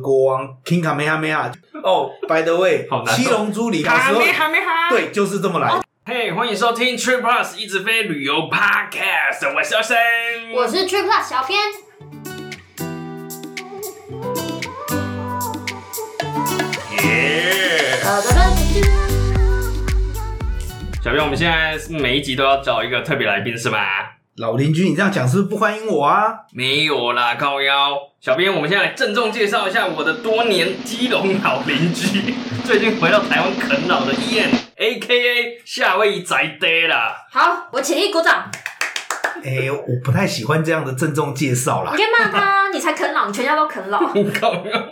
国王 King Kamehameha。哦、b y the way，好难哦七龙珠里哈时候没哈没哈。，对，就是这么来的。嘿、欢迎收听 Trip Plus 一直飞旅游 Podcast，我是小生，我是 Trip Plus 小编，耶呃，噔噔小编，我们现在是每一集都要找一个特别来宾是吧？老邻居，你这样讲是不是不欢迎我啊？没有啦，靠腰。小编，我们现在来郑重介绍一下我的多年基隆老邻居，最近回到台湾啃老的 Ian A K A 夏威夷宅爹啦。好，我起立鼓掌。哎、我不太喜欢这样的郑重介绍啦你。可以骂他，啊 你才啃老，你全家都啃 老。靠腰。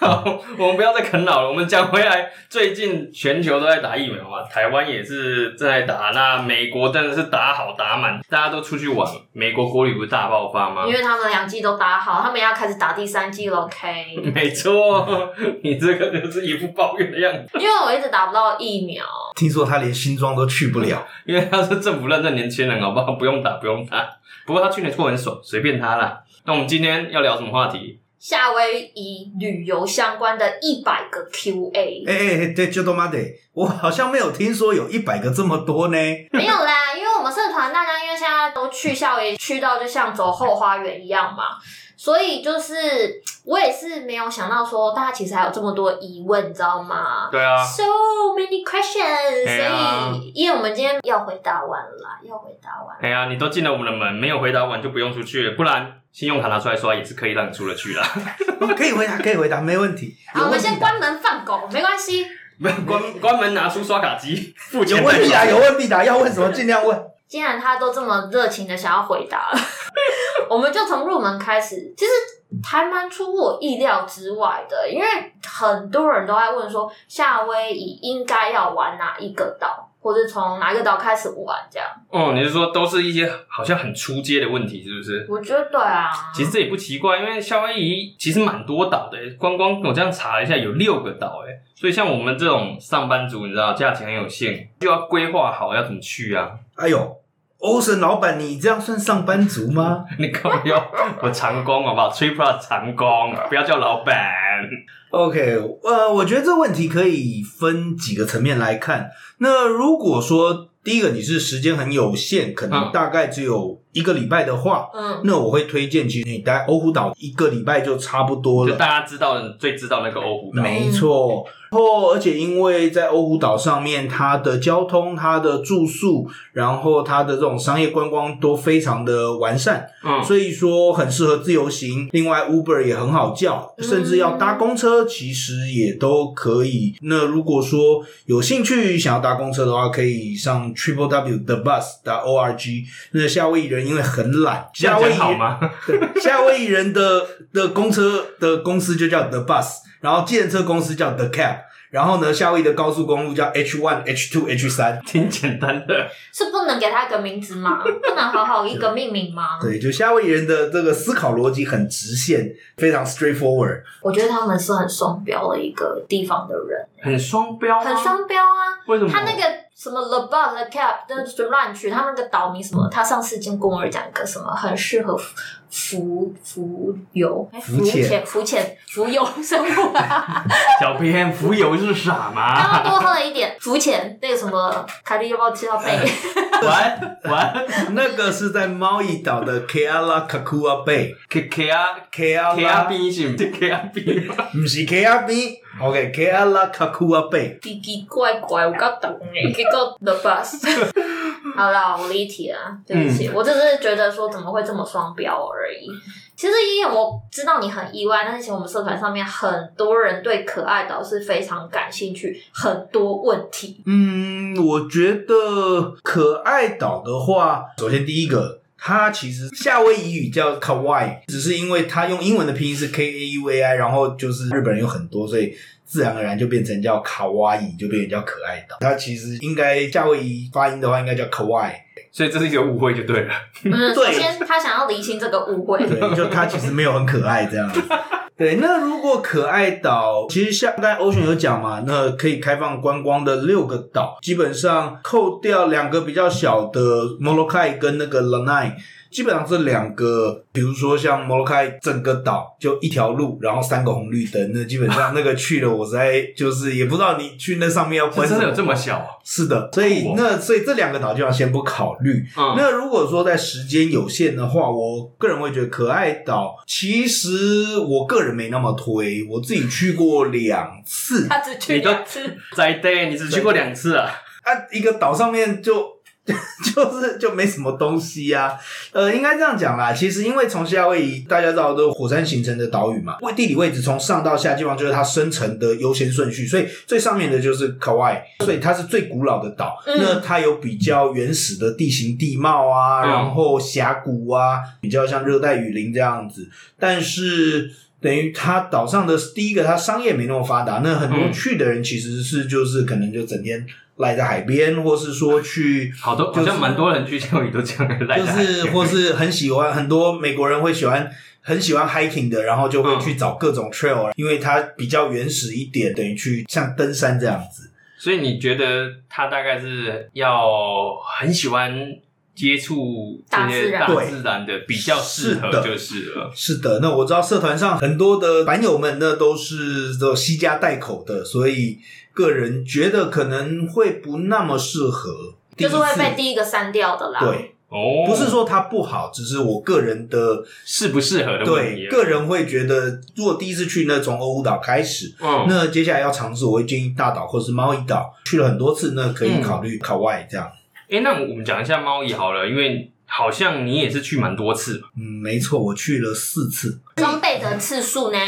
好，我们不要再啃老了。我们讲回来，最近全球都在打疫苗嘛，台湾也是正在打，那美国真的是打好打满，大家都出去玩。美国国旅不是大爆发吗因？为他们两季都打好，他们要开始打第三季了，OK？没错，你这个就是一副抱怨的样子。因为我一直打不到疫苗，听说他连新庄都去不了，因为他是政府认证年轻人，好不好？不用打，不用打。不过他去年过很爽，随便他啦。那我们今天要聊什么话题？夏威夷旅游相关的一百个 QA 哎哎哎，对，就他妈的，我好像没有听说有一百个这么多呢。没有啦，因为我们社团大家因为现在都去夏威夷，去到就像走后花园一样嘛，所以就是我也是没有想到说大家其实还有这么多疑问，你知道吗？对啊， So many questions，、哎呀所以因为我们今天要回答完了啦，要回答完。哎呀，你都进了我们的门，没有回答完就不用出去了，不然信用卡拿出来刷也是可以让你出得去啦。可以回答，可以回答，没问题。好，我有们问题啊的，先关门放狗，没关系。关关门拿出刷卡 机付钱有问题啊，有问题的，要问什么尽量问。既然他都这么热情的想要回答了， 我们就从入门开始。其实还蛮出乎我意料之外的，因为很多人都在问说夏威夷应该要玩哪一个岛，或者从哪一个岛开始玩这样。哦，你是说都是一些好像很出街的问题，是不是？我觉得对啊，其实这也不奇怪，因为夏威夷其实蛮多岛的、光光我这样查了一下，有六个岛哎、所以像我们这种上班族，你知道价钱很有限，就要规划好要怎么去啊。 哎呦，欧神老板，你这样算上班族吗？你靠腰，我长工好不好？Trip Plus 长工，不要叫老板。 OK，呃，我觉得这问题可以分几个层面来看。那如果说第一个你是时间很有限，可能嗯大概只有一个礼拜的话，嗯，那我会推荐其实你待欧胡岛一个礼拜就差不多就了。大家知道的，最知道那个欧胡岛。没错，然后而且因为在欧胡岛上面，它的交通、它的住宿，然后它的这种商业观光都非常的完善，嗯，所以说很适合自由行。另外，Uber 也很好叫，嗯甚至要搭公车，其实也都可以。那如果说有兴趣想要搭公车的话，可以上 triple w the bus o r g。那夏威夷人因为很懒，这夏样威讲夷好吗？对夏威夷人的的公车的公司就叫 the bus，然后计程车公司叫 the cab。然后呢，夏威夷的高速公路叫 H one、H two、H 三，挺简单的。是不能给他一个名字吗？不能好好一个命名吗？对，就夏威夷人的这个思考逻辑很直线，非常 straightforward。我觉得他们是很双标的一个地方的人，很双标吗很双标啊。为什么？他那个啊什么 The Bug The Cap 那是乱取，他那个岛名什么？他上次已经跟我讲一个什么很适合浮浮浮游、哎浮潜潜、浮 潜、浮游生物、啊。小编浮游是傻刚刚 吗？多喝了一点浮潜，那个什么凯莉要不要吃到背？玩玩 那个是在猫屿岛的 Keala Kakua Bay。 K K 啊 K 啊 Keala B 是不是 K 啊 B 吗？不是 Keala Bay，OK，Keala Kakua Bay。奇奇怪怪，我搞懂哎，结果 The Bus。好啦，我离题了，对不起，我只是觉得说怎么会这么双标而已。其实因为我知道你很意外，但是其实我们社团上面很多人对可爱岛是非常感兴趣，很多问题。嗯，我觉得可爱岛的话，首先第一个，它其实夏威夷语叫 Kawaii，只是因为它用英文的拼音是 K A U A I，然后就是日本人有很多，所以。自然而然就变成叫卡哇伊，就变成叫可爱岛。它其实应该夏威夷发音的话，应该叫 kawaii。所以这是一个误会就对 了。嗯，首对先他想要厘清这个误会， 对，就它其实没有很可爱这样 子。对，那如果可爱岛，其实像刚才 Ocean 有讲嘛，那可以开放观光的六个岛，基本上扣掉两个比较小的 Molokai 跟那个 Lanai，基本上这两个，比如说像摩洛开整个岛就一条路，然后三个红绿灯，那基本上那个去了，我实在就是也不知道你去那上面要关是什真的么有这么小啊？是的，所以酷哦那所以这两个岛就要先不考虑。嗯，那如果说在时间有限的话，我个人会觉得可爱岛其实我个人没那么推，我自己去过两次他只去你都两次，在 day 你只去过两次啊？啊，一个岛上面就 就是就没什么东西啊。呃，应该这样讲啦，其实因为从夏威夷大家知道都是火山形成的岛屿嘛，位地理位置从上到下基本上就是它生成的优先顺序，所以最上面的就是kauai，所以它是最古老的岛。嗯那它有比较原始的地形地貌啊，嗯然后峡谷啊，比较像热带雨林这样子，但是。等于它岛上的第一个，它商业没那么发达，那很多嗯去的人其实是就是可能就整天赖在海边，或是说去好多好像蛮多人去教育都这样来就的，是或是很喜欢很多美国人会喜欢很喜欢 hiking 的，然后就会去找各种 trail，、因为它比较原始一点，等于去像登山这样子。所以你觉得他大概是要很喜欢接触这些大大自然自然的，比较适合是的就是了。是的，那我知道社团上很多的版友们呢都是这种西家带口的，所以个人觉得可能会不那么适合。第一就次是会被第一个删掉的啦。对，哦，不是说它不好，只是我个人的适不适合的问题对啊了。个人会觉得，如果第一次去那从欧胡岛开始，嗯，那接下来要尝试，我会建议大岛或是猫屿岛，去了很多次，那可以考虑考外这样。哎，那我们讲一下猫蚁好了，因为好像你也是去蛮多次嘛。嗯，没错，我去了四次， 装备的次数呢？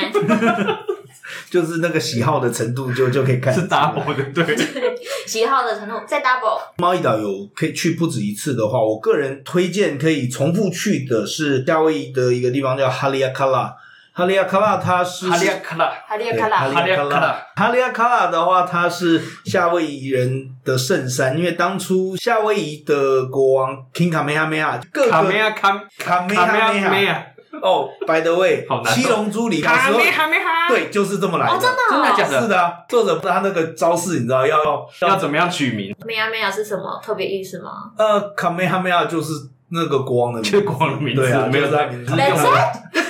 就是那个喜好的程度就就可以看得是出来 double 的，对，喜好的程度再 double，猫屿岛有可以去不止一次的话，我个人推荐可以重复去的是夏威夷的一个地方叫哈利亚卡拉。哈利亚卡拉它是哈利亚卡拉，哈利对亚卡拉，哈利亚卡哈利亚卡拉拉，哈利亚卡拉的话，它是夏威夷人的圣山，因为当初夏威夷的国王 King 卡梅哈梅哈各个卡梅亚卡卡梅卡哈梅梅亚梅哈亚，哦，By the way，好难哦七龙珠里面卡时候梅哈梅哈，，对就是这么来哦，真的、哦，真的假的是的啊，作者他那个招式，你知道要要怎么样取名？梅亚梅亚啊是什么特别意思吗？呃，卡梅哈梅哈就是那个国王的名 字就，国王的名字对啊，没有就是他在名字他用人的生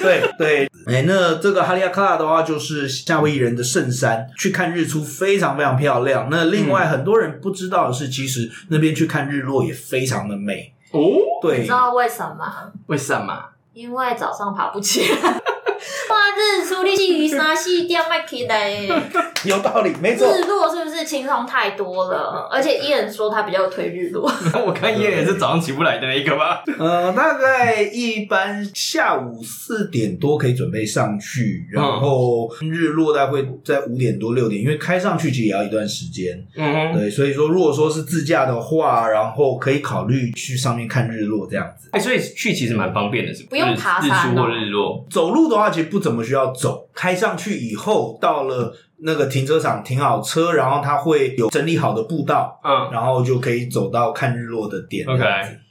对对，哎，那这个哈利亚卡拉的话，就是夏威夷人的圣山，去看日出非常非常漂亮。那另外很多人不知道的是，其实那边去看日落也非常的美。哦，你对知，道为什么？为什么？ 因为早上爬不起 来。哇，日出你是雨沙系掉麦起来耶，有道理，没错。嗯日落是不是轻松太多了？而且伊人说他比较推日落，我看叶也是早上起不来的那一个吧？呃，大概一般下午四点多可以准备上去，然后嗯日落大概会在五点多六点，因为开上去其实也要一段时间。嗯哼，对，所以说如果说是自驾的话，然后可以考虑去上面看日落这样子。哎，所以去其实蛮方便的，是吧不用爬日山日出哦或日落，走路的话，其实不怎么需要走。开上去以后，到了那个停车场停好车，然后它会有整理好的步道，嗯然后就可以走到看日落的点。 ，OK，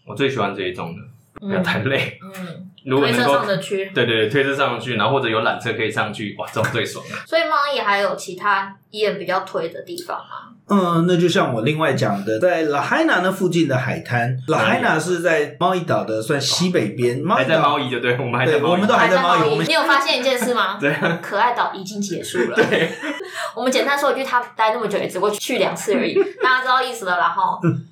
我最喜欢这一种的，不要嗯太累， 嗯，如果推能车够上。的区。对对对，推车上去，然后或者有缆车可以上去，哇，这种最爽啊了。所以猫也还有其他伊人比较推的地方吗？嗯，那就像我另外讲的，在拉海南那附近的海滩，拉海南是在猫屿岛的算西北边，猫还屿在岛猫姨就对，我们还在对，猫姨，我们都还在猫屿，我们你有发现一件事吗？对可爱岛已经结束了。 我们简单说一句，他待那么久也只不过去两次 而已，大家知道意思了啦哈。嗯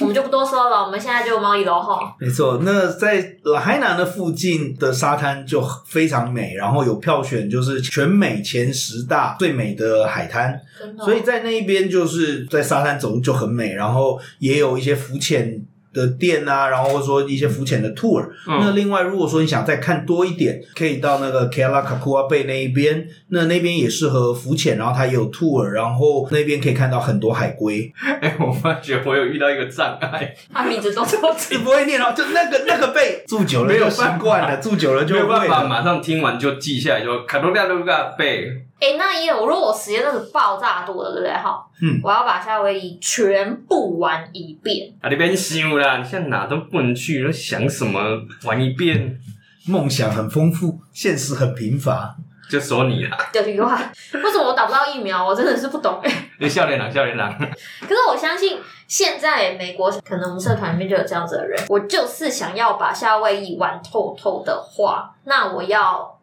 我们就不多说了，我们现在就猫一楼哈。没错。那在拉海南的附近的沙滩就非常美，然后有票选就是全美前十大最美的海滩。真的哦所以在那一边就是在沙滩走路就很美，然后也有一些浮潜的店啊，然后或者说一些浮潜的 tour。那嗯，另外，如果说你想再看多一点，可以到那个 Kala Kakua Bay 那一边，那那边也适合浮潜，然后它也有 tour，然后那边可以看到很多海龟。哎、我发觉我有遇到一个障碍，他名字都说你 不会念哦，就那个那个贝，住久了没有就办习法惯了，住久了就没有办会法了。马上听完就记下来，就卡多利亚多嘎贝，哎、那也有，如果我时间真的是爆炸多了，对不对哈？嗯我要把夏威夷全部玩一遍。啊，你别想啦，你现在哪都不能去，都想什么玩一遍 梦想很丰富，现实很贫乏。就说你啦，这句话，为什么我打不到疫苗？我真的是不懂哎、 你笑脸郎笑脸郎，可是我相信现在美国可能我们社团里面就有这样子的人，我就是想要把夏威夷玩透透的话，那我要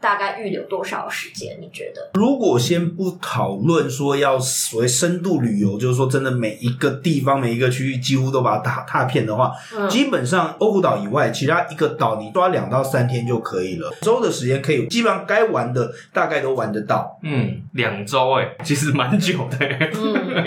大概预留多少时间？你觉得？如果先不讨论说要所谓深度旅游，就是说真的每一个地方、每一个区域几乎都把它踏踏遍的话，嗯，基本上欧胡岛以外，其他一个岛你抓两到三天就可以了，周的时间可以，基本上该玩的大概都玩得到。嗯，两周哎， 其实蛮久的、欸，嗯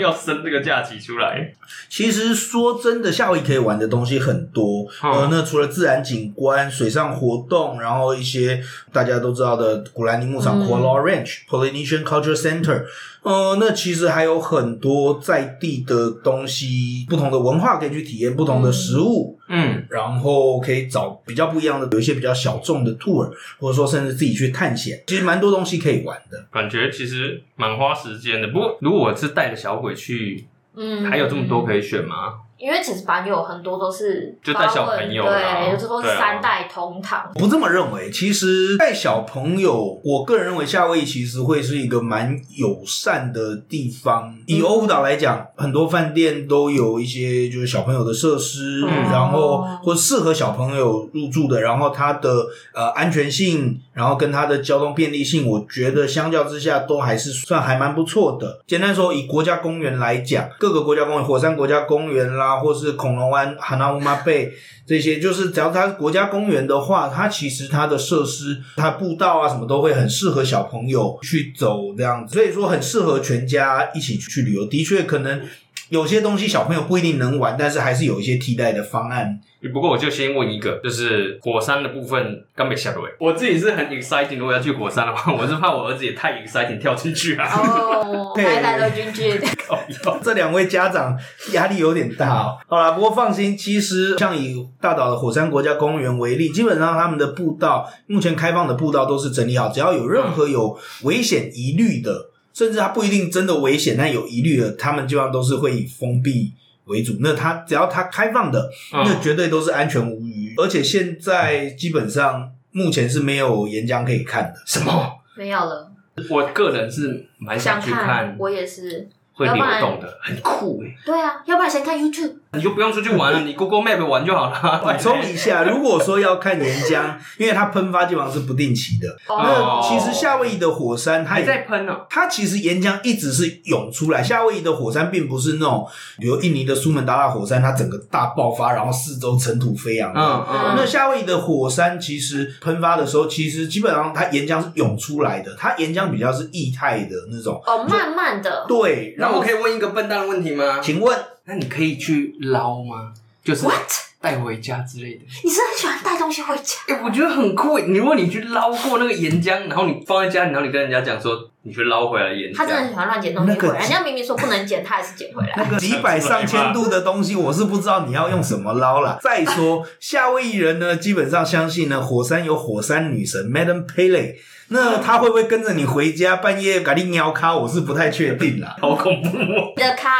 要生这个假期出来，其实说真的，夏威夷可以玩的东西很多，嗯呃，那除了自然景观、水上活动，然后一些大家都知道的古兰尼牧场嗯 （Kuala Ranch）、Polynesian Culture Center，呃，那其实还有很多在地的东西，不同的文化可以去体验，不同的食物。嗯然后可以找比较不一样的，有一些比较小众的 tour，或者说甚至自己去探险，其实蛮多东西可以玩的。感觉其实蛮花时间的。不过如果我是带着小鬼去，嗯，还有这么多可以选吗？因为其实版友很多都是就带小朋友啦对，有时候是对啊三代同堂，我不这么认为，其实带小朋友，我个人认为夏威夷其实会是一个蛮友善的地方。以嗯欧胡岛来讲，很多饭店都有一些就是小朋友的设施，嗯然后或适合小朋友入住的，然后它的呃安全性，然后跟它的交通便利性，我觉得相较之下都还是算还蛮不错的。简单说，以国家公园来讲，各个国家公园，火山国家公园啦，或是恐龙湾、哈纳乌马贝这些，就是只要它是国家公园的话，它其实它的设施、它步道啊什么都会很适合小朋友去走这样子，所以说很适合全家一起去旅游。的确，可能有些东西小朋友不一定能玩，但是还是有一些替代的方案。不过我就先问一个，就是火山的部分，刚没下尾。我自己是很 exciting，如果要去火山的话，我是怕我儿子也太 exciting 跳进去啊。哦，对还来了君君，靠腰这两位家长压力有点大哦。好啦，不过放心，其实像以大岛的火山国家公园为例，基本上他们的步道目前开放的步道都是整理好，只要有任何有危险疑虑的，甚至它不一定真的危险，但有疑虑的，他们基本上都是会以封闭为主。那它只要它开放的，那嗯，绝对都是安全无虞。而且现在基本上目前是没有岩浆可以看的。什么？ 没有了，我个人是蛮想去看我也是，会流动的，很酷哎、对啊，要不然先看 YouTube，你就不用出去玩了，你 Google Map 玩就好了。 补 充一下，如果说要看岩浆，因为它喷发基本上是不定期的，那哦其实夏威夷的火山它还也在喷呢、它其实岩浆一直是涌出来。夏威夷的火山并不是那种，比如印尼的苏门答腊火山，它整个大爆发，然后四周尘土飞扬。嗯嗯，那夏威夷的火山其实喷发的时候，其实基本上它岩浆是涌出来的，它岩浆比较是液态的那种。哦，慢慢的，对，然那后我可以问一个笨蛋的问题吗？请问那你可以去捞吗？就是 What？带回家之类的。你是很喜欢带东西回家？哎、我觉得很酷欸。你如果你去捞过那个岩浆，然后你放在家里，然后你跟人家讲说你去捞回来岩浆，他真的很喜欢乱捡东西那个回来，人家明明说不能捡，他还是捡回来。那个 几百上千度的东西，我是不知道你要用什么捞啦。再说，夏威夷人呢，基本上相信呢，火山有火山女神 Madam Pele，那她会不会跟着你回家半夜咖喱尿咖，我是不太确定啦。好恐怖哦！ 你的咖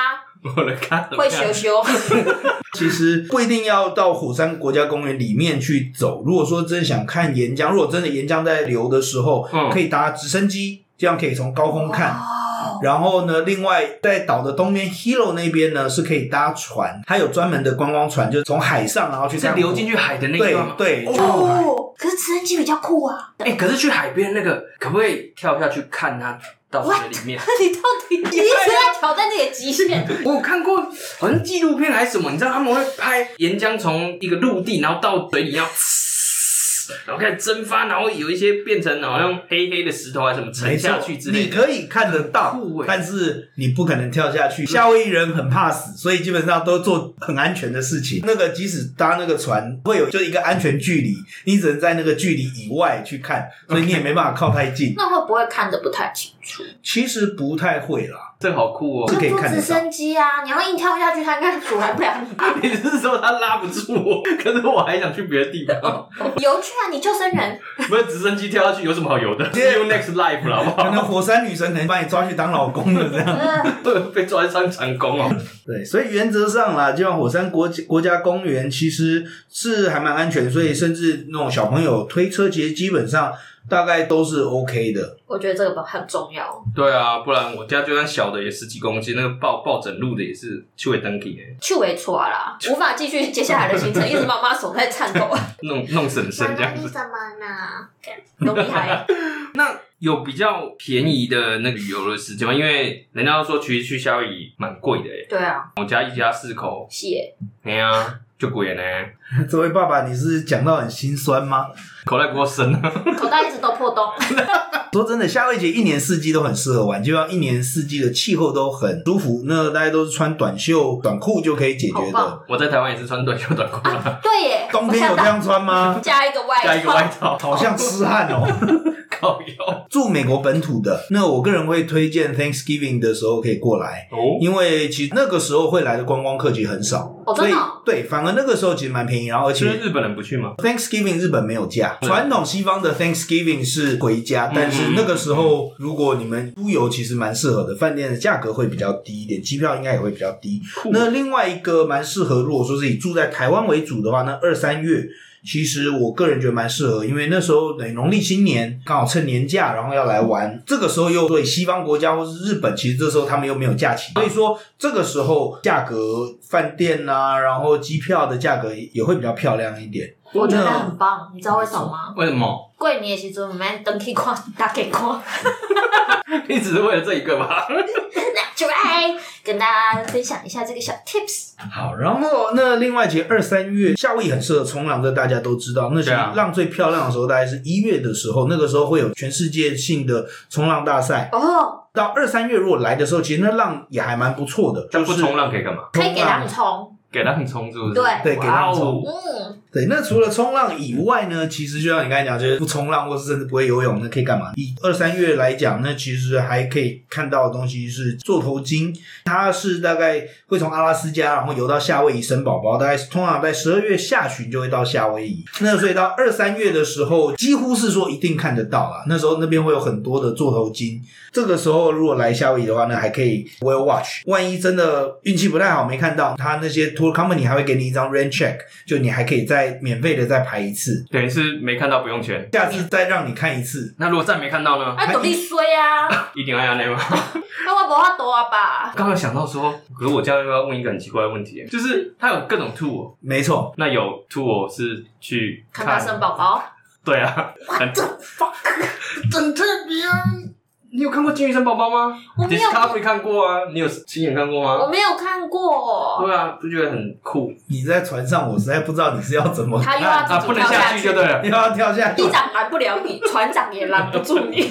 我的看会羞羞，其实不一定要到火山国家公园里面去走。如果说真想看岩浆，如果真的岩浆在流的时候，嗯可以搭直升机，这样可以从高空看。哦，然后呢，另外在岛的东边 Hilo 那边呢是可以搭船，它有专门的观光船，就是从海上然后去是看流进去海的那一对段吗？对，就哦，可是直升机比较酷啊。哎、可是去海边那个，可不可以跳下去看它到水里面？ 啊你到底你一直在挑战自己的极限？我有看过，好像纪录片还是什么，你知道他们会拍岩浆从一个陆地，然后到水里，然后然后开始蒸发，然后有一些变成好像黑黑的石头还是什么沉没错下去之类你的。可以看得到很酷欸，但是你不可能跳下哦去。夏威夷人很怕死，所以基本上都做很安全的事情。那个即使搭那个船，会有就一个安全距离，你只能在那个距离以外去看，所以你也没办法靠太近。那会不会看的不太清楚？其实不太会啦，这好酷哦！ 是可以坐看得直到。升机啊，你要硬跳下去，它应该阻拦不了你。你是说他拉不住我？可是我还想去别的地方。游去啊，你救 生员。不是直升机跳下去有什么好游的？See you next life 了，好不可好？能火山女神可能把你抓去当老公了这样。嗯，被抓上长工哦。对，所以原则上啦，就像火山国国家公园其实是还蛮安全，所以甚至那种小朋友推车，其实基本上大概都是 OK 的。 我觉得这个很重要。对啊，不然我家就算小的也十几公斤，那个抱抱枕路的也是去尾登体哎，去为错啦，无法继续接下来的行程，一直妈妈手在颤抖。弄弄婶婶这样 子。什么呢？有厉害，有比较便宜的那个旅游的时间吗？因为人家都说其实去夏威夷蛮贵的哎，对啊，我家一家四口，谢。哎呀、就贵呢，这位爸爸，你是讲到很心酸吗？口袋不够深啊。 口袋一直都破洞。说真的，夏威夷一年四季都很适合玩，就像一年四季的气候都很舒服，那大家都是穿短袖短裤就可以解决好棒的。我在台湾也是穿短袖短裤 啦，对耶，冬天有这我想到样穿吗？ 加一个外加一个套外，套，好像痴 汉哦。靠腰住美国本土的，那我个人会推荐 Thanksgiving 的时候可以过来，哦。因为其实那个时候会来的观光客其实很少，哦所真以的哦对，反而那个时候其实蛮便宜，然后而所以且。日本人不去吗？ Thanksgiving 日本没有假，嗯传统西方的 Thanksgiving 是回家，但是那个时候如果你们嗯出游，其实蛮适合的，饭店的价格会比较低一点，机票应该也会比较低。那另外一个蛮适合，如果说是以住在台湾为主的话，那二三月。其实我个人觉得蛮适合，因为那时候等于农历新年，刚好趁年假，然后要来玩。这个时候又对西方国家或是日本，其实这时候他们又没有假期，所以说这个时候价格、饭店啊，然后机票的价格也会比较漂亮一点。我觉得那很棒。你知道为什么吗？为什么？ 过年的时阵，唔免登去看，打给看。你只是为了这一个 吧？出来跟大家分享一下这个小 tips。好，然后那另外其实二三月夏威夷很适合冲浪，这大家都知道。那其实对啊浪最漂亮的时候大概是一月的时候，那个时候会有全世界性的冲浪大赛。哦，到二三月如果来的时候，其实那浪也还蛮不错的，那就不是冲浪可以干嘛？可以给他们冲。给浪冲是不是？对对给浪冲哇哦嗯，对，那除了冲浪以外呢，其实就像你刚才讲，就是不冲浪或是甚至不会游泳，那可以干嘛？以二三月来讲，那其实还可以看到的东西是座头鲸，它是大概会从阿拉斯加然后游到夏威夷生宝宝，大概通常在十二月下旬就会到夏威夷。那所以到二三月的时候，几乎是说一定看得到啦。那时候那边会有很多的座头鲸，这个时候如果来夏威夷的话呢，还可以 whale watch。万一真的运气不太好没看到，他那些 tour company 还会给你一张 rain check，就你还可以再免费的再排一次，等于是没看到不用钱。下次再让你看一次。那如果再没看到呢？那独立衰啊，一定要那吗？那我无法度啊吧？刚刚想到说，可是我家又要问一个很奇怪的问题，就是它有各种 tour，没错，那有 tour 是去看他生宝宝，对啊，很 很特别啊。你有看过金鱼生宝宝吗我没有， ？Discovery 看过啊，你有亲眼看过我吗？没有看过。对啊，不觉得很酷你在船上，我实在不知道你是要怎么他看，又哎要啊？自不己能跳下下去就对了。又 要跳下去地。长拦不了你，船长也拦不住你。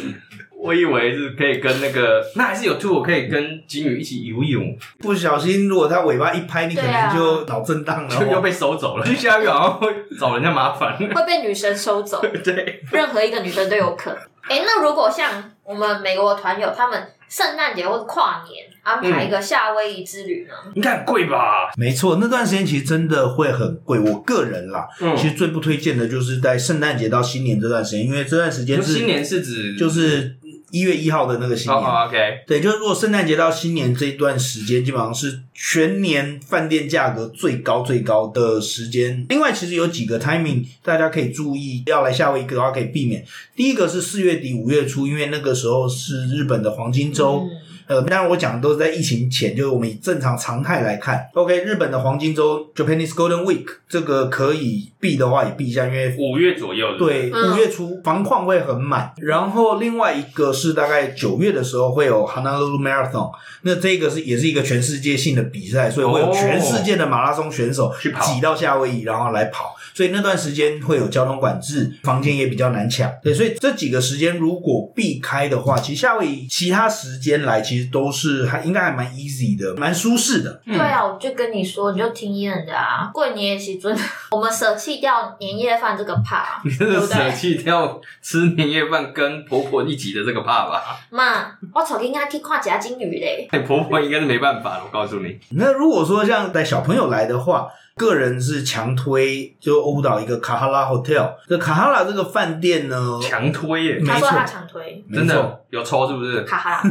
我以为是可以跟那个，那还是有 tour 可以跟金鱼一起游 泳，不小心，如果它尾巴一拍，你可对啊能就脑震荡了 就又哦。被收走了。去下雨好像会 找人家麻烦。 会被女生收走， 对，任何一个女生都有可能。哎、那如果像我们美国团友，他们圣诞节或者跨年安排一个夏威夷之旅呢？应该很贵吧？没错，那段时间其实真的会很贵。我个人啦，嗯，其实最不推荐的就是在圣诞节到新年这段时间，因为这段时间就是新年是指就是一月一号的那个新哦年。哦，OK，对，就是如果圣诞节到新年这一段时间，基本上是全年饭店价格最高最高的时间。另外，其实有几个 timing 大家可以注意，要来夏威夷的话可以避免。第一个是四月底五月初，因为那个时候是日本的黄金嗯周。呃，当然我讲的都是在疫情前，就是我们以正常常态来看。OK，日本的黄金周 （Japanese Golden Week） 这个可以避的话也避一下，因为五月左右是不是，对，嗯五月初房况会很满，然后另外一个是大概九月的时候会有 Honolulu Marathon，那这个是也是一个全世界性的比赛，所以会有哦全世界的马拉松选手去跑挤到夏威夷，然后来跑。所以那段时间会有交通管制，房间也比较难抢。对，所以这几个时间如果避开的话，其实夏威夷其他时间来其实都是还应该还蛮 easy 的，蛮舒适的。嗯对啊，我就跟你说，你就听伊人的啊。过年的时阵，我们舍弃掉年夜饭这个 怕，你是舍弃掉吃年夜饭跟婆婆一起的这个怕吧？妈，我带囡仔去看一下金鱼嘞。 哎婆婆应该是没办法了，我告诉你，那如果说像带小朋友来的话，个人是强推就欧岛一个卡哈拉 hotel。这卡哈拉这个饭店呢，强推耶，没错他说他常推没真错，的有抽是不是？卡哈拉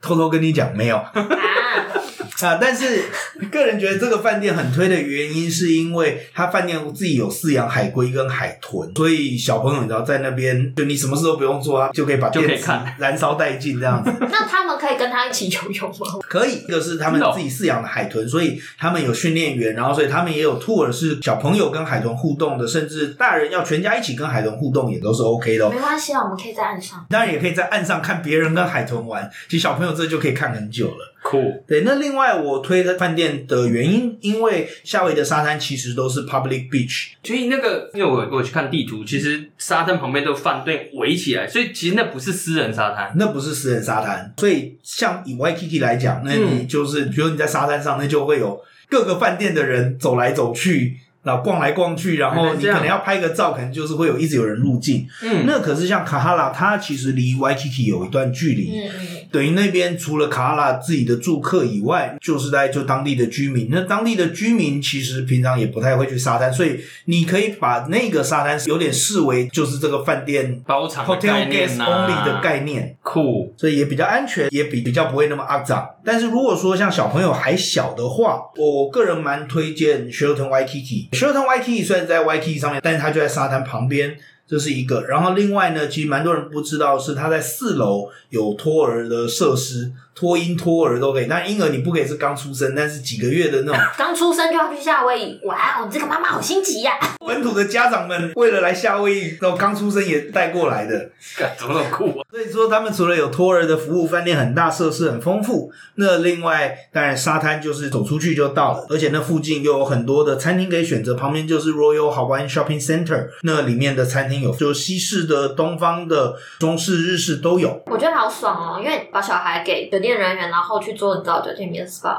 偷偷跟你讲没有，啊， 啊，但是个人觉得这个饭店很推的原因，是因为它饭店自己有饲养海龟跟海豚，所以小朋友你知道在那边，就你什么事都不用做啊，就可以把就可以电池看燃烧殆尽这样子。那他们可以跟他一起游泳吗？可以，这个是他们真的哦自己饲养的海豚，所以他们有训练员，然后所以他们也有 tour 是小朋友跟海豚互动的，甚至大人要全家一起跟海豚互动也都是 OK 的、哦。没关系啊，我们可以在岸上。当然也可以在岸上看别人跟海豚玩，其实小朋友这就可以看很久了。酷，对，那另外我推的饭店的原因，因为夏威夷的沙滩其实都是 public beach，所以那个，因为我我有去看地图，其实沙滩旁边都饭店围起来，所以其实那不是私人沙滩，那不是私人沙滩，所以像以 Waikiki 来讲，那嗯你就是、比如你在沙滩上，那就会有各个饭店的人走来走去。然后逛来逛去，然后原来你哎这可样能要拍个照，可能就是会有一直有人入境。嗯，那可是像卡哈拉，它其实离 Waikiki 有一段距离，嗯嗯，等于那边除了卡拉自己的住客以外，就是在就当地的居民。那当地的居民其实平常也不太会去沙滩，所以你可以把那个沙滩有点视为就是这个饭店包场的 hotel 概 guest 念啊呐、 only 的概念，酷，所以也比较安全，也比比较不会那么肮脏。但是如果说像小朋友还小的话，我个人蛮推荐 Sheraton Waikiki。Sheraton Waikiki 虽然在 Waikiki 上面，但是它就在沙滩旁边。这是一个，然后另外呢，其实蛮多人不知道是它在四楼有托儿的设施，托婴托儿都可以。但婴儿你不可以是刚出生，但是几个月的那种刚出生就要去夏威夷，哇哦，你这个妈妈好心急呀、本土的家长们为了来夏威夷，然后刚出生也带过来的。干怎么那么酷啊？ 所以说，他们除了有托儿的服务，饭店很大，设施很丰富。那另外，当然沙滩就是走出去就到了，而且那附近又有很多的餐厅可以选择，旁边就是 Royal Hawaiian Shopping Center，那里面的餐厅有就西式的、东方的、中式、日式都有。我觉得好爽哦，因为把小孩给酒店人员，然后去做你知道酒店里面的 SPA，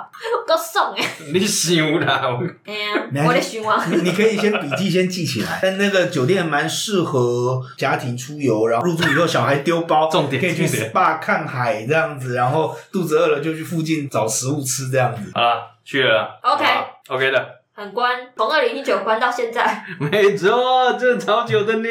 够送哎、你想啦，我哎 呀没关系我的循环。你可以先笔记先记起来，但那个酒店蛮适合家庭出游，然后入住以后小孩丢包，重点可以去重点 SPA 看海这样子，然后肚子饿了就去附近找食物吃这样子。好啦，去了啦 OK 好吧 OK 的，很关，从二零一九关到现在，没错，这超久的呢。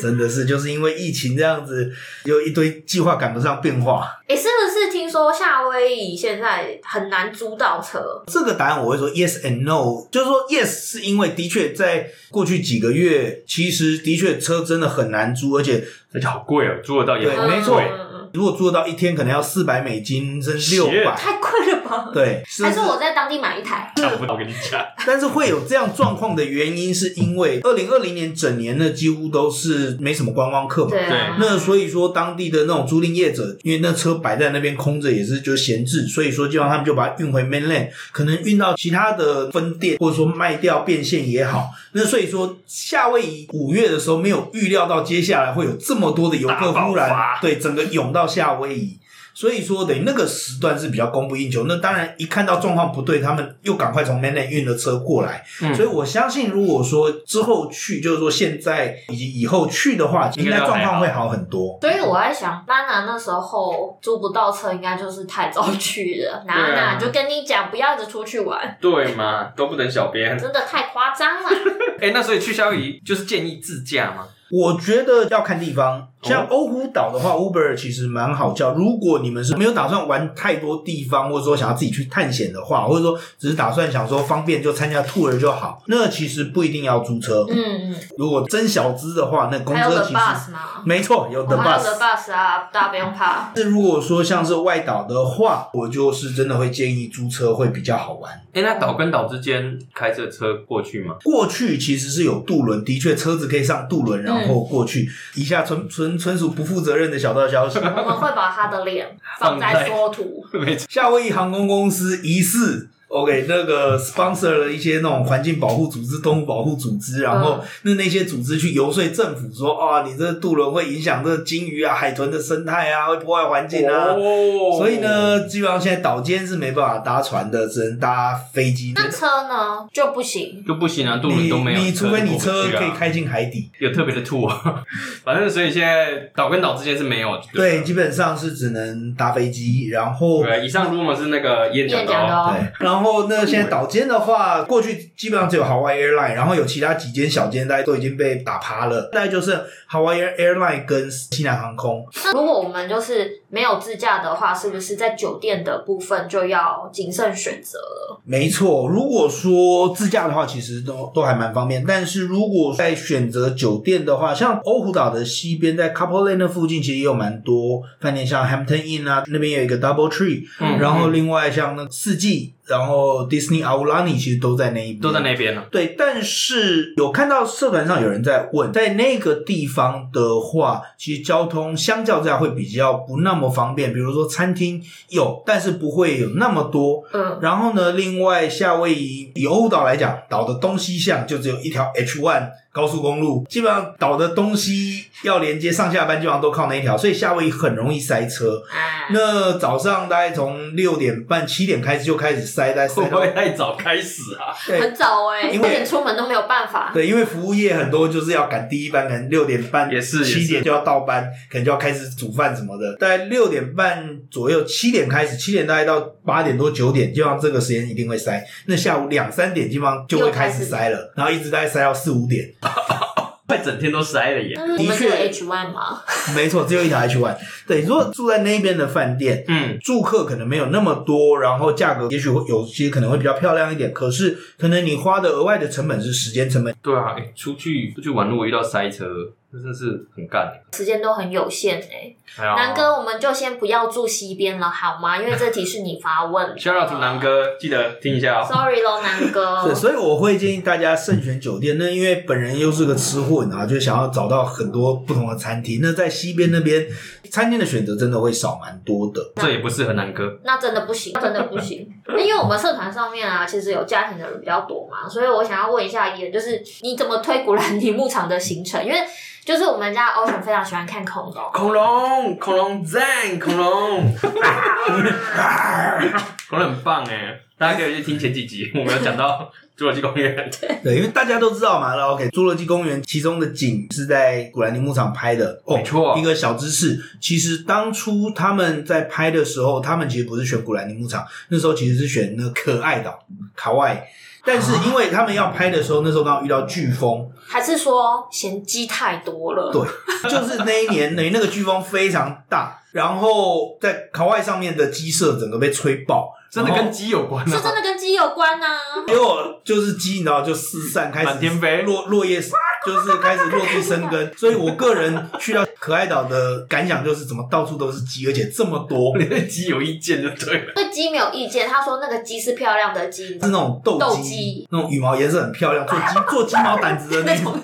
真的是就是因为疫情这样子，有一堆计划赶不上变化。哎、是不是听说夏威夷现在很难租到车？这个答案我会说 yes and no，就是说 yes 是因为的确在过去几个月，其实的确车真的很难租，而且而且好贵哦，租得到也对很没错贵嗯嗯嗯如果租得到一天可能要四百美金，甚至六 Shit 百。太贵了吧？对，还但是我在当地买一台？想不到，我跟你 讲，但是会有这样状况的原因，是因为二零二零年整年呢几乎都是没什么观光客嘛，对啊，那所以说，当地的那种租赁业者，因为那车摆在那边空着也是就闲置，所以说基本上他们就把它运回 mainland，可能运到其他的分店，或者说卖掉变现也好。那所以说，夏威夷五月的时候没有预料到接下来会有这么多的游客大爆忽然发对整个涌到夏威夷。所以说，等于那个时段是比较供不应求。那当然，一看到状况不对，他们又赶快从 mainland 运了车过来。嗯所以我相信，如果说之后去，就是说现在以及以后去的话，应该状况会好很多。所以我在想，娜娜那时候租不到车，应该就是太早去 了。娜对娜、啊就跟你讲，不要一直出去玩，对嘛，都不等小编。真的太夸张 了。 哎、那所以去夏威夷就是建议自驾吗？我觉得要看地方，像欧胡岛的话，Uber 其实蛮好叫。如果你们是没有打算玩太多地方，或者说想要自己去探险的话，或者说只是打算想说方便就参加 tour 就好，那其实不一定要租车。嗯嗯，如果真小资的话，那公还有车 The 其实 Bus 吗？没错，有 the 哦还有 The bus。 Bus 啊，大家不 用怕。但是如果说像是外岛的话，我就是真的会建议租车会比较好玩。哎、那岛跟岛之间开着车过去吗？过去其实是有渡轮，的确车子可以上渡轮，然后过去。以下纯纯纯属不负责任的小道 消息，我们会把他的脸放放在在缩图， 没错，夏威夷航空公司疑似 OK 那个 sponsor 了一些那种环境保护组织、动物保护组织，然后嗯那那些组织去游说政府说啊、你这渡轮会影响这鲸鱼啊、海豚的生态啊，会破坏环境啊。哦所以，呢，基本上现在岛间是没办法搭船的，只能搭飞机。那车呢就不行。就不行啊，渡轮你都没有、你除非你车就过不可去以啊开进海底，有特别的吐啊。 反正所以现在岛跟岛之间是没有。对，了基本上是只能搭飞机，然后对，以上 rumor 是那个燕讲燕讲的的哦。哦，对，然然后那现在岛间的话，过去基本上只有 Hawaii Airline，然后有其他几间小间，大家都已经被打趴了，大概就是 Hawaii Airline 跟西南航空。那如果我们就是没有自驾的话，是不是在酒店的部分就要谨慎选择了？没错，如果说自驾的话，其实都都还蛮方便。但是如果在选择酒店的话，像欧胡岛的西边，在 Couple Lane 那附近，其实也有蛮多饭店，像 Hampton Inn 啊，那边有一个 Double Tree，、嗯然后另外像那个四季，然后 Disney Aulani 其实都在那一边，都在那边啊了。对，但是有看到社团上有人在问，在那个地方的话，其实交通相较之下会比较不那么方便。比如说餐厅有，但是不会有那么多。 嗯，然后呢，另外夏威夷以欧岛来讲，岛的东西向就只有一条 H one 高速公路，基本上岛的东西要连接上下班，基本上都靠那一条，所以夏威夷很容易塞车。哎，那早上大概从六点半、七点开始就开始塞，大概会塞 不到会啊太早开始啊？对很早哎、因欸，为点出门都没有办法。对，因为服务业很多就是要赶第一班，可能六点半也是也是七点就要到班，可能就要开始煮饭什么的。大概六点半左右，七点开始，七点大概到八点多九点，基本上这个时间一定会塞。那下午两三点基本上就会开始塞了，然后一直大概塞到四五点。快整天都塞了耶。嗯我们是有的确 H one 吗？没错，只有一条 H one。对，如果住在那边的饭店，嗯，住客可能没有那么多，然后价格也许会有些可能会比较漂亮一点，可是可能你花的额外的成本是时间成本。对啊，欸出去出去玩，如果遇到塞车，那真的是很干欸。时间都很有限哎、哎呀南哥，我们就先不要住西边了好吗？因为这题是你发问的。 ，shout out to 南哥，记得听一下哦。 Sorry 咯，南哥。对，所以我会建议大家慎选酒店。那因为本人又是个吃货，你知道，就想要找到很多不同的餐厅。那在西边那边，餐厅的选择真的会少蛮多的。这也不适合南哥。那真的不行，真的不行。因为我们社团上面啊，其实有家庭的人比较多嘛，所以我想要问一下伊人，就是你怎么推古兰尼牧场的行程？因为就是我们家 Ocean 非常喜欢看恐龙，恐龙，恐龙赞，恐龙，恐龙很棒哎！大家可以去听前几 集，我们有讲到侏罗纪公园。对，因为大家都知道嘛，那 OK，侏罗纪公园其中的景是在古兰尼牧场拍的，哦没错一个小知识，其实当初他们在拍的时候，他们其实不是选古兰尼牧场，那时候其实是选那个可爱岛卡外。但是因为他们要拍的时候，那时候刚好遇到飓风，还是说嫌鸡太多 了？对就是那一年，等于那个飓风非常大，然后在考外上面的鸡舍整个被吹爆，真的然后跟鸡有关是啊！真的跟鸡有关啊呐、结果就是鸡，你知道就四散开始满天飞落落叶就是开始落地生根。所以我个人去到可爱岛的感想就是，怎么到处都是鸡，而且这么多，你对鸡有意见就对了。对鸡没有意见，他说那个鸡是漂亮的鸡，是 那种斗斗鸡鸡，那种羽毛颜色很漂亮，做鸡做鸡毛掸子的那 种。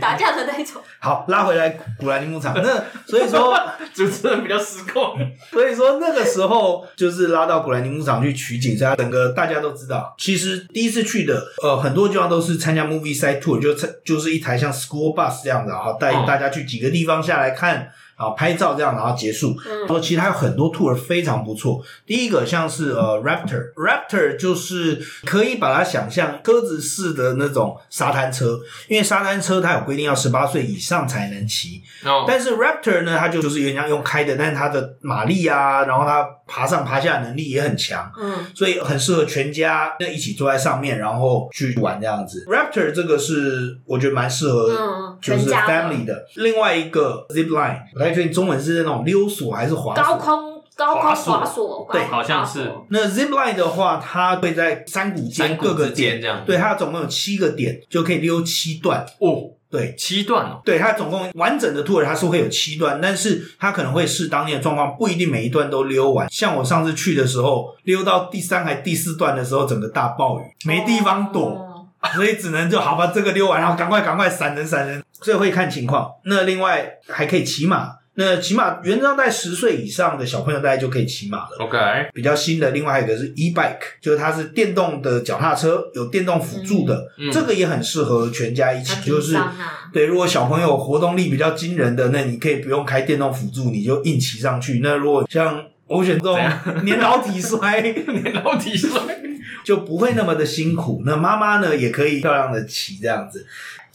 打架的那种。好，拉回来古兰尼牧场，那所以说。主持人比较失控。所以说那个时候就是拉到古兰尼牧场去取景，所以它整个大家都知道。其实第一次去的，呃，很多地方都是参加 movie side tour，就参就是一台像 school bus 这样子，然后带嗯大家去几个地方下来看，然后拍照这样，然后结束。然嗯，后其实它有很多 tour 非常不错。第一个像是呃 Raptor，Raptor 就是可以把它想象鸽子式的那种沙滩车，因为沙滩车它有规定要十八岁以上才能骑，哦，但是 Raptor 呢，它就就是有点像用开的，但是它的马力啊，然后它爬上爬下的能力也很强，嗯，所以很适合全家一起坐在上面，然后去玩这样子。Raptor 这个是我觉得蛮适合嗯就全是家的 family 的。另外一个 Zip Line，不太确定中文是那种溜索还是滑高索。空高空滑索滑索，对高空好像滑是索那 Zip Line 的话，它会在山谷间山各谷个之点，间这样。对，它总共有七个点，就可以溜七段。哦，对，七段哦，对，它总共完整的 tour 它是会有七段，但是它可能会视当天的状况，不一定每一段都溜完。像我上次去的时候，溜到第三还第四段的时候，整个大暴雨，没地方躲，哦 所以只能就好吧，这个溜完，然后赶快赶快闪人闪人，所以会看情况。那另外还可以骑马，那骑马原则上在十岁以上的小朋友大概就可以骑马了。 OK， 比较新的，另外还有一个是 e bike，就是它是电动的脚踏车，有电动辅助的，嗯嗯这个也很适合全家一它起，挺就是伤啊对，如果小朋友活动力比较惊人的，那你可以不用开电动辅助，你就硬骑上去。那如果像欧选这种怎 年老体衰，然后提出来。就不会那么的辛苦。那妈妈呢，也可以漂亮的骑这样子。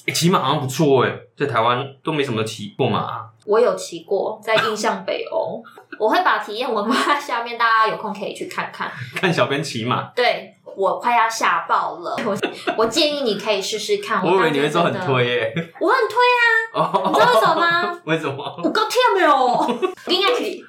欸骑马好像不错哎，在台湾都没什么骑过马啊、 我有骑过，在印象北 欧，我会把体验文放在下面，大家有空可以去看看。看小编骑马，对，我快要吓爆了， 我我建议你可以试试看。我以为当你时会说很真的推耶、我很推啊，哦，你知道为什么吗？ 为什么？我够忝的哦， 应该可以。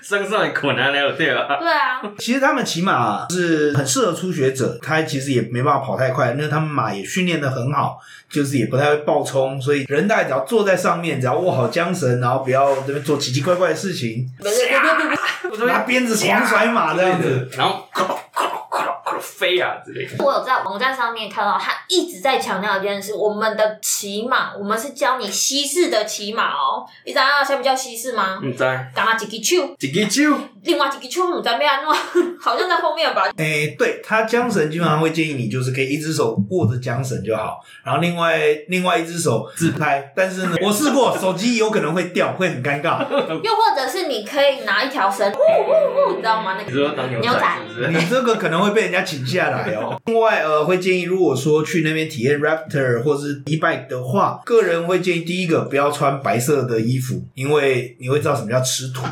身上困难了对吧？对啊，其实他们骑马是很适合初学者，他其实也没办法跑太快，因为他们马也训练的很好，就是也不太会爆冲，所以人大概只要坐在上面，只要握好缰绳，然后不要这边做奇奇怪怪的事情，别别别别别！我拿鞭子狂甩马这样子。，然后 咕噜咕噜咕噜咕噜飞啊之类的。我有在网站上面看到，他一直在强调一件事：我们的骑马，我们是教你西式的骑马哦。你知道什么叫西式吗？你在干嘛一支手，几个酒？另外一支手唔知咩安怎，好像在后面吧？诶，对，他缰绳基本上会建议你就是可以一只手握着缰绳就好，然后另外另外一只手自拍。但是呢，我试过手机有可能会掉，会很尴尬。嗯又或者是你可以拿一条绳，呜呜呜，你知道吗？那你说个当牛牛仔仔是不是？你这个可能会被人家请下来哦。另外，呃，会建议如果说去那边体验 Raptor 或是 e bike 的话，个人会建议第一个不要穿白色的衣服，因为你会知道什么叫吃土。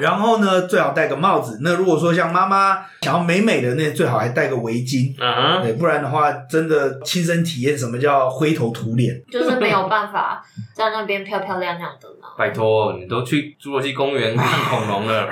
然后呢，最好戴个帽子。那如果说像妈妈想要美美的，那最好还戴个围巾。 啊哈，对，不然的话，真的亲身体验什么叫灰头土脸。就是没有办法在那边漂漂亮亮的嘛。拜托，你都去侏罗纪公园看恐龙 了，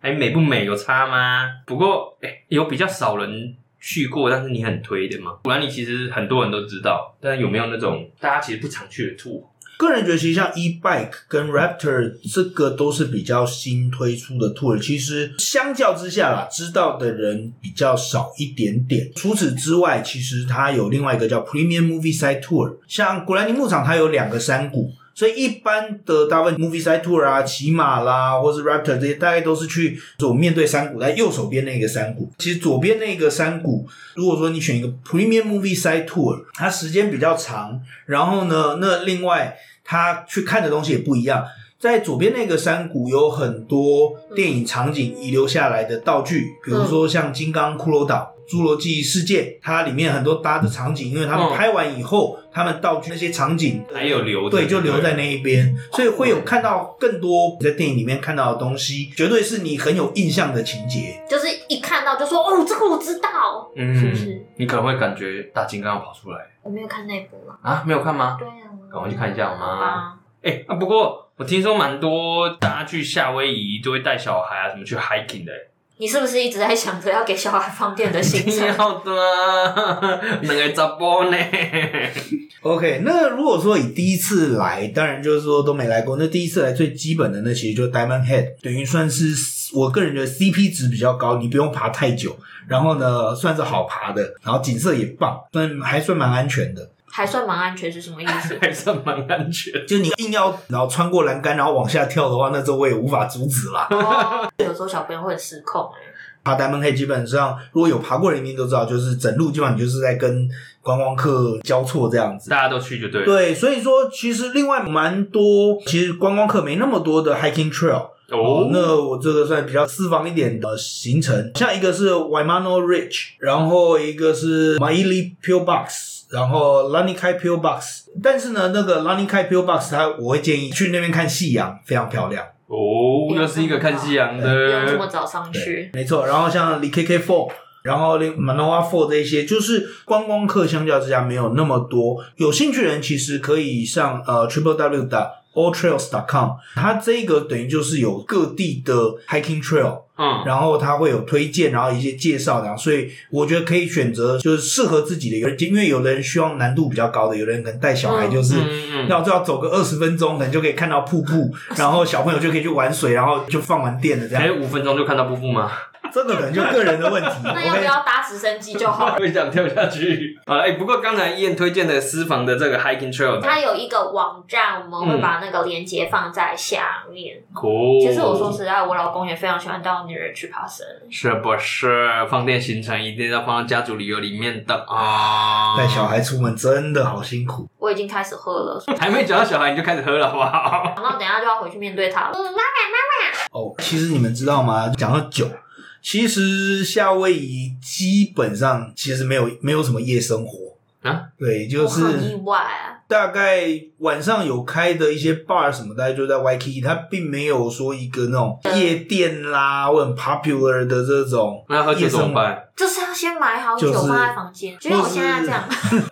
还美不美有差吗？不过，哎、有比较少人。去过，但是你很推的吗？不然你其实很多人都知道，但是有没有那种大家其实不常去的 tour？个人觉得，其实像 e bike 跟 Raptor 这个都是比较新推出的 tour，其实相较之下啦，知道的人比较少一点点。除此之外，其实它有另外一个叫 Premium Movie Side Tour，像古兰尼牧场它有两个山谷。所以一般的大部分 movie side tour 啊、骑马啦，或是 raptor 这些，大概都是去左面对山谷，在右手边那个山谷。其实左边那个山谷，如果说你选一个 premium movie side tour，它时间比较长，然后呢，那另外他去看的东西也不一样。在左边那个山谷有很多电影场景遗留下来的道具，比如说像《金刚骷髅岛》《侏罗纪世界》，它里面很多搭的场景，因为他们嗯拍完以后，他们道具那些场景还有留着对，就留在那一边，哦所以会有看到更多在电影里面看到的东西，绝对是你很有印象的情节。就是一看到就说哦，这个我知道，是不嗯，是？你可能会感觉大金刚要跑出来我没有看那部啊。啊？没有看吗？对啊，赶快去看一下好吗好吧哎、啊，不过我听说蛮多大家去夏威夷都会带小孩啊，什么去 hiking 的、欸，你是不是一直在想着要给小孩放电的行 一 定程？ 要的啊， 两个杂波呢， OK，那如果说以第一次来，当然就是说都没来过，那第一次来最基本的那其实就 Diamond Head，等于算是我个人觉得 CP 值比较高，你不用爬太久，然后呢算是好爬的，然后景色也棒，算还算蛮安全的。还算蛮安全是什么 意思？还算蛮安全的。就你硬要然后穿过栏杆然后往下跳的话，那这我也无法阻止啦。哦，有时候小朋友会很失控哎、爬 Diamond Head 基本上，如果有爬过的人一定都知道，就是整路基本上你就是在跟观光客交错这样子。大家都去就对了。对，所以说其实另外蛮多，其实观光客没那么多的 hiking trail。哦哦，，那我这个算比较私房一点的行程，像一个是 Waimano Ridge，然后一个是 Maili Pill Box，然后 Lanikai Pill Box。但是呢，那个 Lanikai Pill Box，它我会建议去那边看夕阳，非常漂亮。哦，又是一个看夕阳不用这的，么早上去。没错，然后像 l KK Four。然后另 Manoa Four 这些，就是观光客相较之下没有那么多。有兴趣的人其实可以上呃 triple w 的 all trails com，它这个等于就是有各地的 hiking trail，嗯，然后它会有推荐，然后一些介绍的，所以我觉得可以选择就是适合自己的一个，因为有的人希望难度比较高的，有的人可能带小孩就是。嗯嗯那我就要走个二十分钟，可能就可以看到瀑布，然后小朋友就可以去玩水，然后就放完电了这样哎，。五分钟就看到瀑布吗？这个可能就个人的问题。 那要不 OK，要搭直升机就 好了？ 会想跳下去啊！哎，不过刚才燕推荐的私房的这个 hiking trail，它有一个网站，我们会把那个链接放在下面。嗯酷。其实我说实在，我老公也非常喜欢带我女儿去爬山。哦是不是放电行程一定要放到家族旅游里面的啊？带小孩出门真的好辛苦。我已经开始喝了，还没讲到小孩你就开始喝了，好不好？ 然后等一下就要回去面对它了。嗯，妈哦，其实你们知道吗？讲到酒，其实夏威夷基本上其实没有没有什么夜生活啊。对，就我很意是外、啊，大概晚上有开的一些 bar 什么，大概就在 YK，它并没有说一个那种夜店啦或很 popular 的这种那喝酒夜怎么生活，办？就是要先买好就酒是放在房间，就像我现在这样，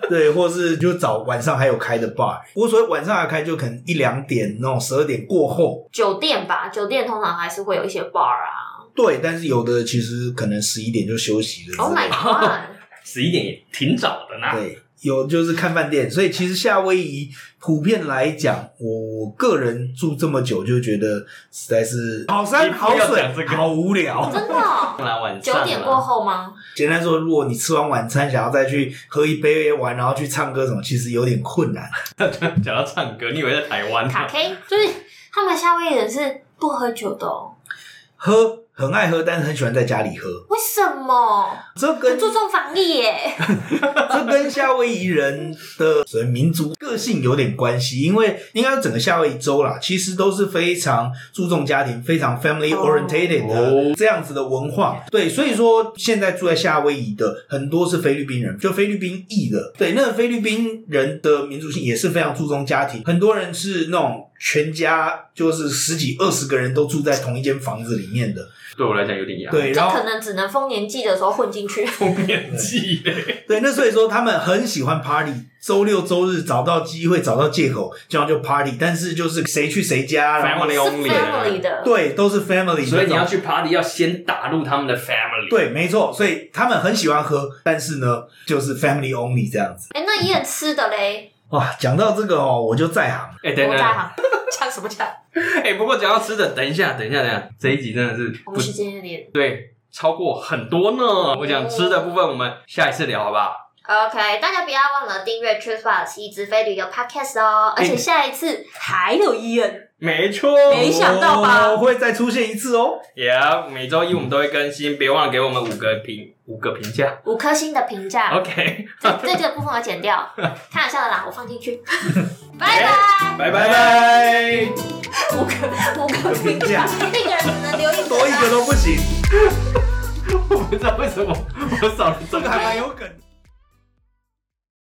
对，或是就找晚上还有开的 bar。我所谓晚上还开，就可能一两点那种十二点过后，酒店吧，酒店通常还是会有一些 bar 啊。对，但是有的其实可能十一点就休息了。Oh my 啊 god！十一点也挺早的呢。对，有就是看饭店，所以其实夏威夷普遍来讲，我个人住这么久就觉得实在是好山好你不要水讲这个好无聊。真的哦、当然晚上啊九啦点过，后吗？ 简单说，如果你吃完晚餐想要再去喝一杯玩，然后去唱歌什么，其实有点困难。 讲到唱歌，你以为在台湾啊？ 卡 K 就是他们夏威夷人是不喝酒的哦，喝很爱喝，但是很喜欢在家里喝，为什么？这很跟注重防疫耶。 这跟夏威夷人的所谓民族个性有点关系，因为应该整个夏威夷州啦，其实都是非常注重家庭、非常 family orientated 哦的这样子的文化。对，所以说现在住在夏威夷的很多是菲律宾人，就菲律宾裔的。对，那菲律宾人的民族性也是非常注重家庭，很多人是那种全家就是十几二十个人都住在同一间房子里面的。对我来讲有点压力。 对，就然后可能只能丰年祭的时候混进去。对，年纪嘞，对，那所以说他们很喜欢 party，周六周日找到机会找到借口，这样就 party。但是就是谁去谁家，然后 Family 是 only family 的，对都是 family，所以你要那种去 party 要先打入他们的 family。，对，没错，所以他们很喜欢喝，但是呢，就是 family only 这样子。哎、那也很吃的嘞，哇，讲到这个哦，我就在行。哎，等我等，在行，讲什么讲？哎，不过讲到吃的，等一下，等一下，等一下，这一集真的是不我们时间有点对，超过很多呢。我讲吃的部分，我们下一次聊好不好？ OK，大家不要忘了订阅 Trip Bar 一直飞旅游 Podcast 哦，而且下一次还有医院，没错，没想到吧我哦会再出现一次哦。 Yeah，每周一我们都会更新，别忘了给我们五个评五个评价。五颗星的评价 OK，这这个部分我剪 掉，开玩笑的啦，我放进 去，拜拜拜，拜拜。五个五个评价，一个人啊只能留一个，多一个都不行， 我不知道为什么我少了这这个个还蛮有梗的。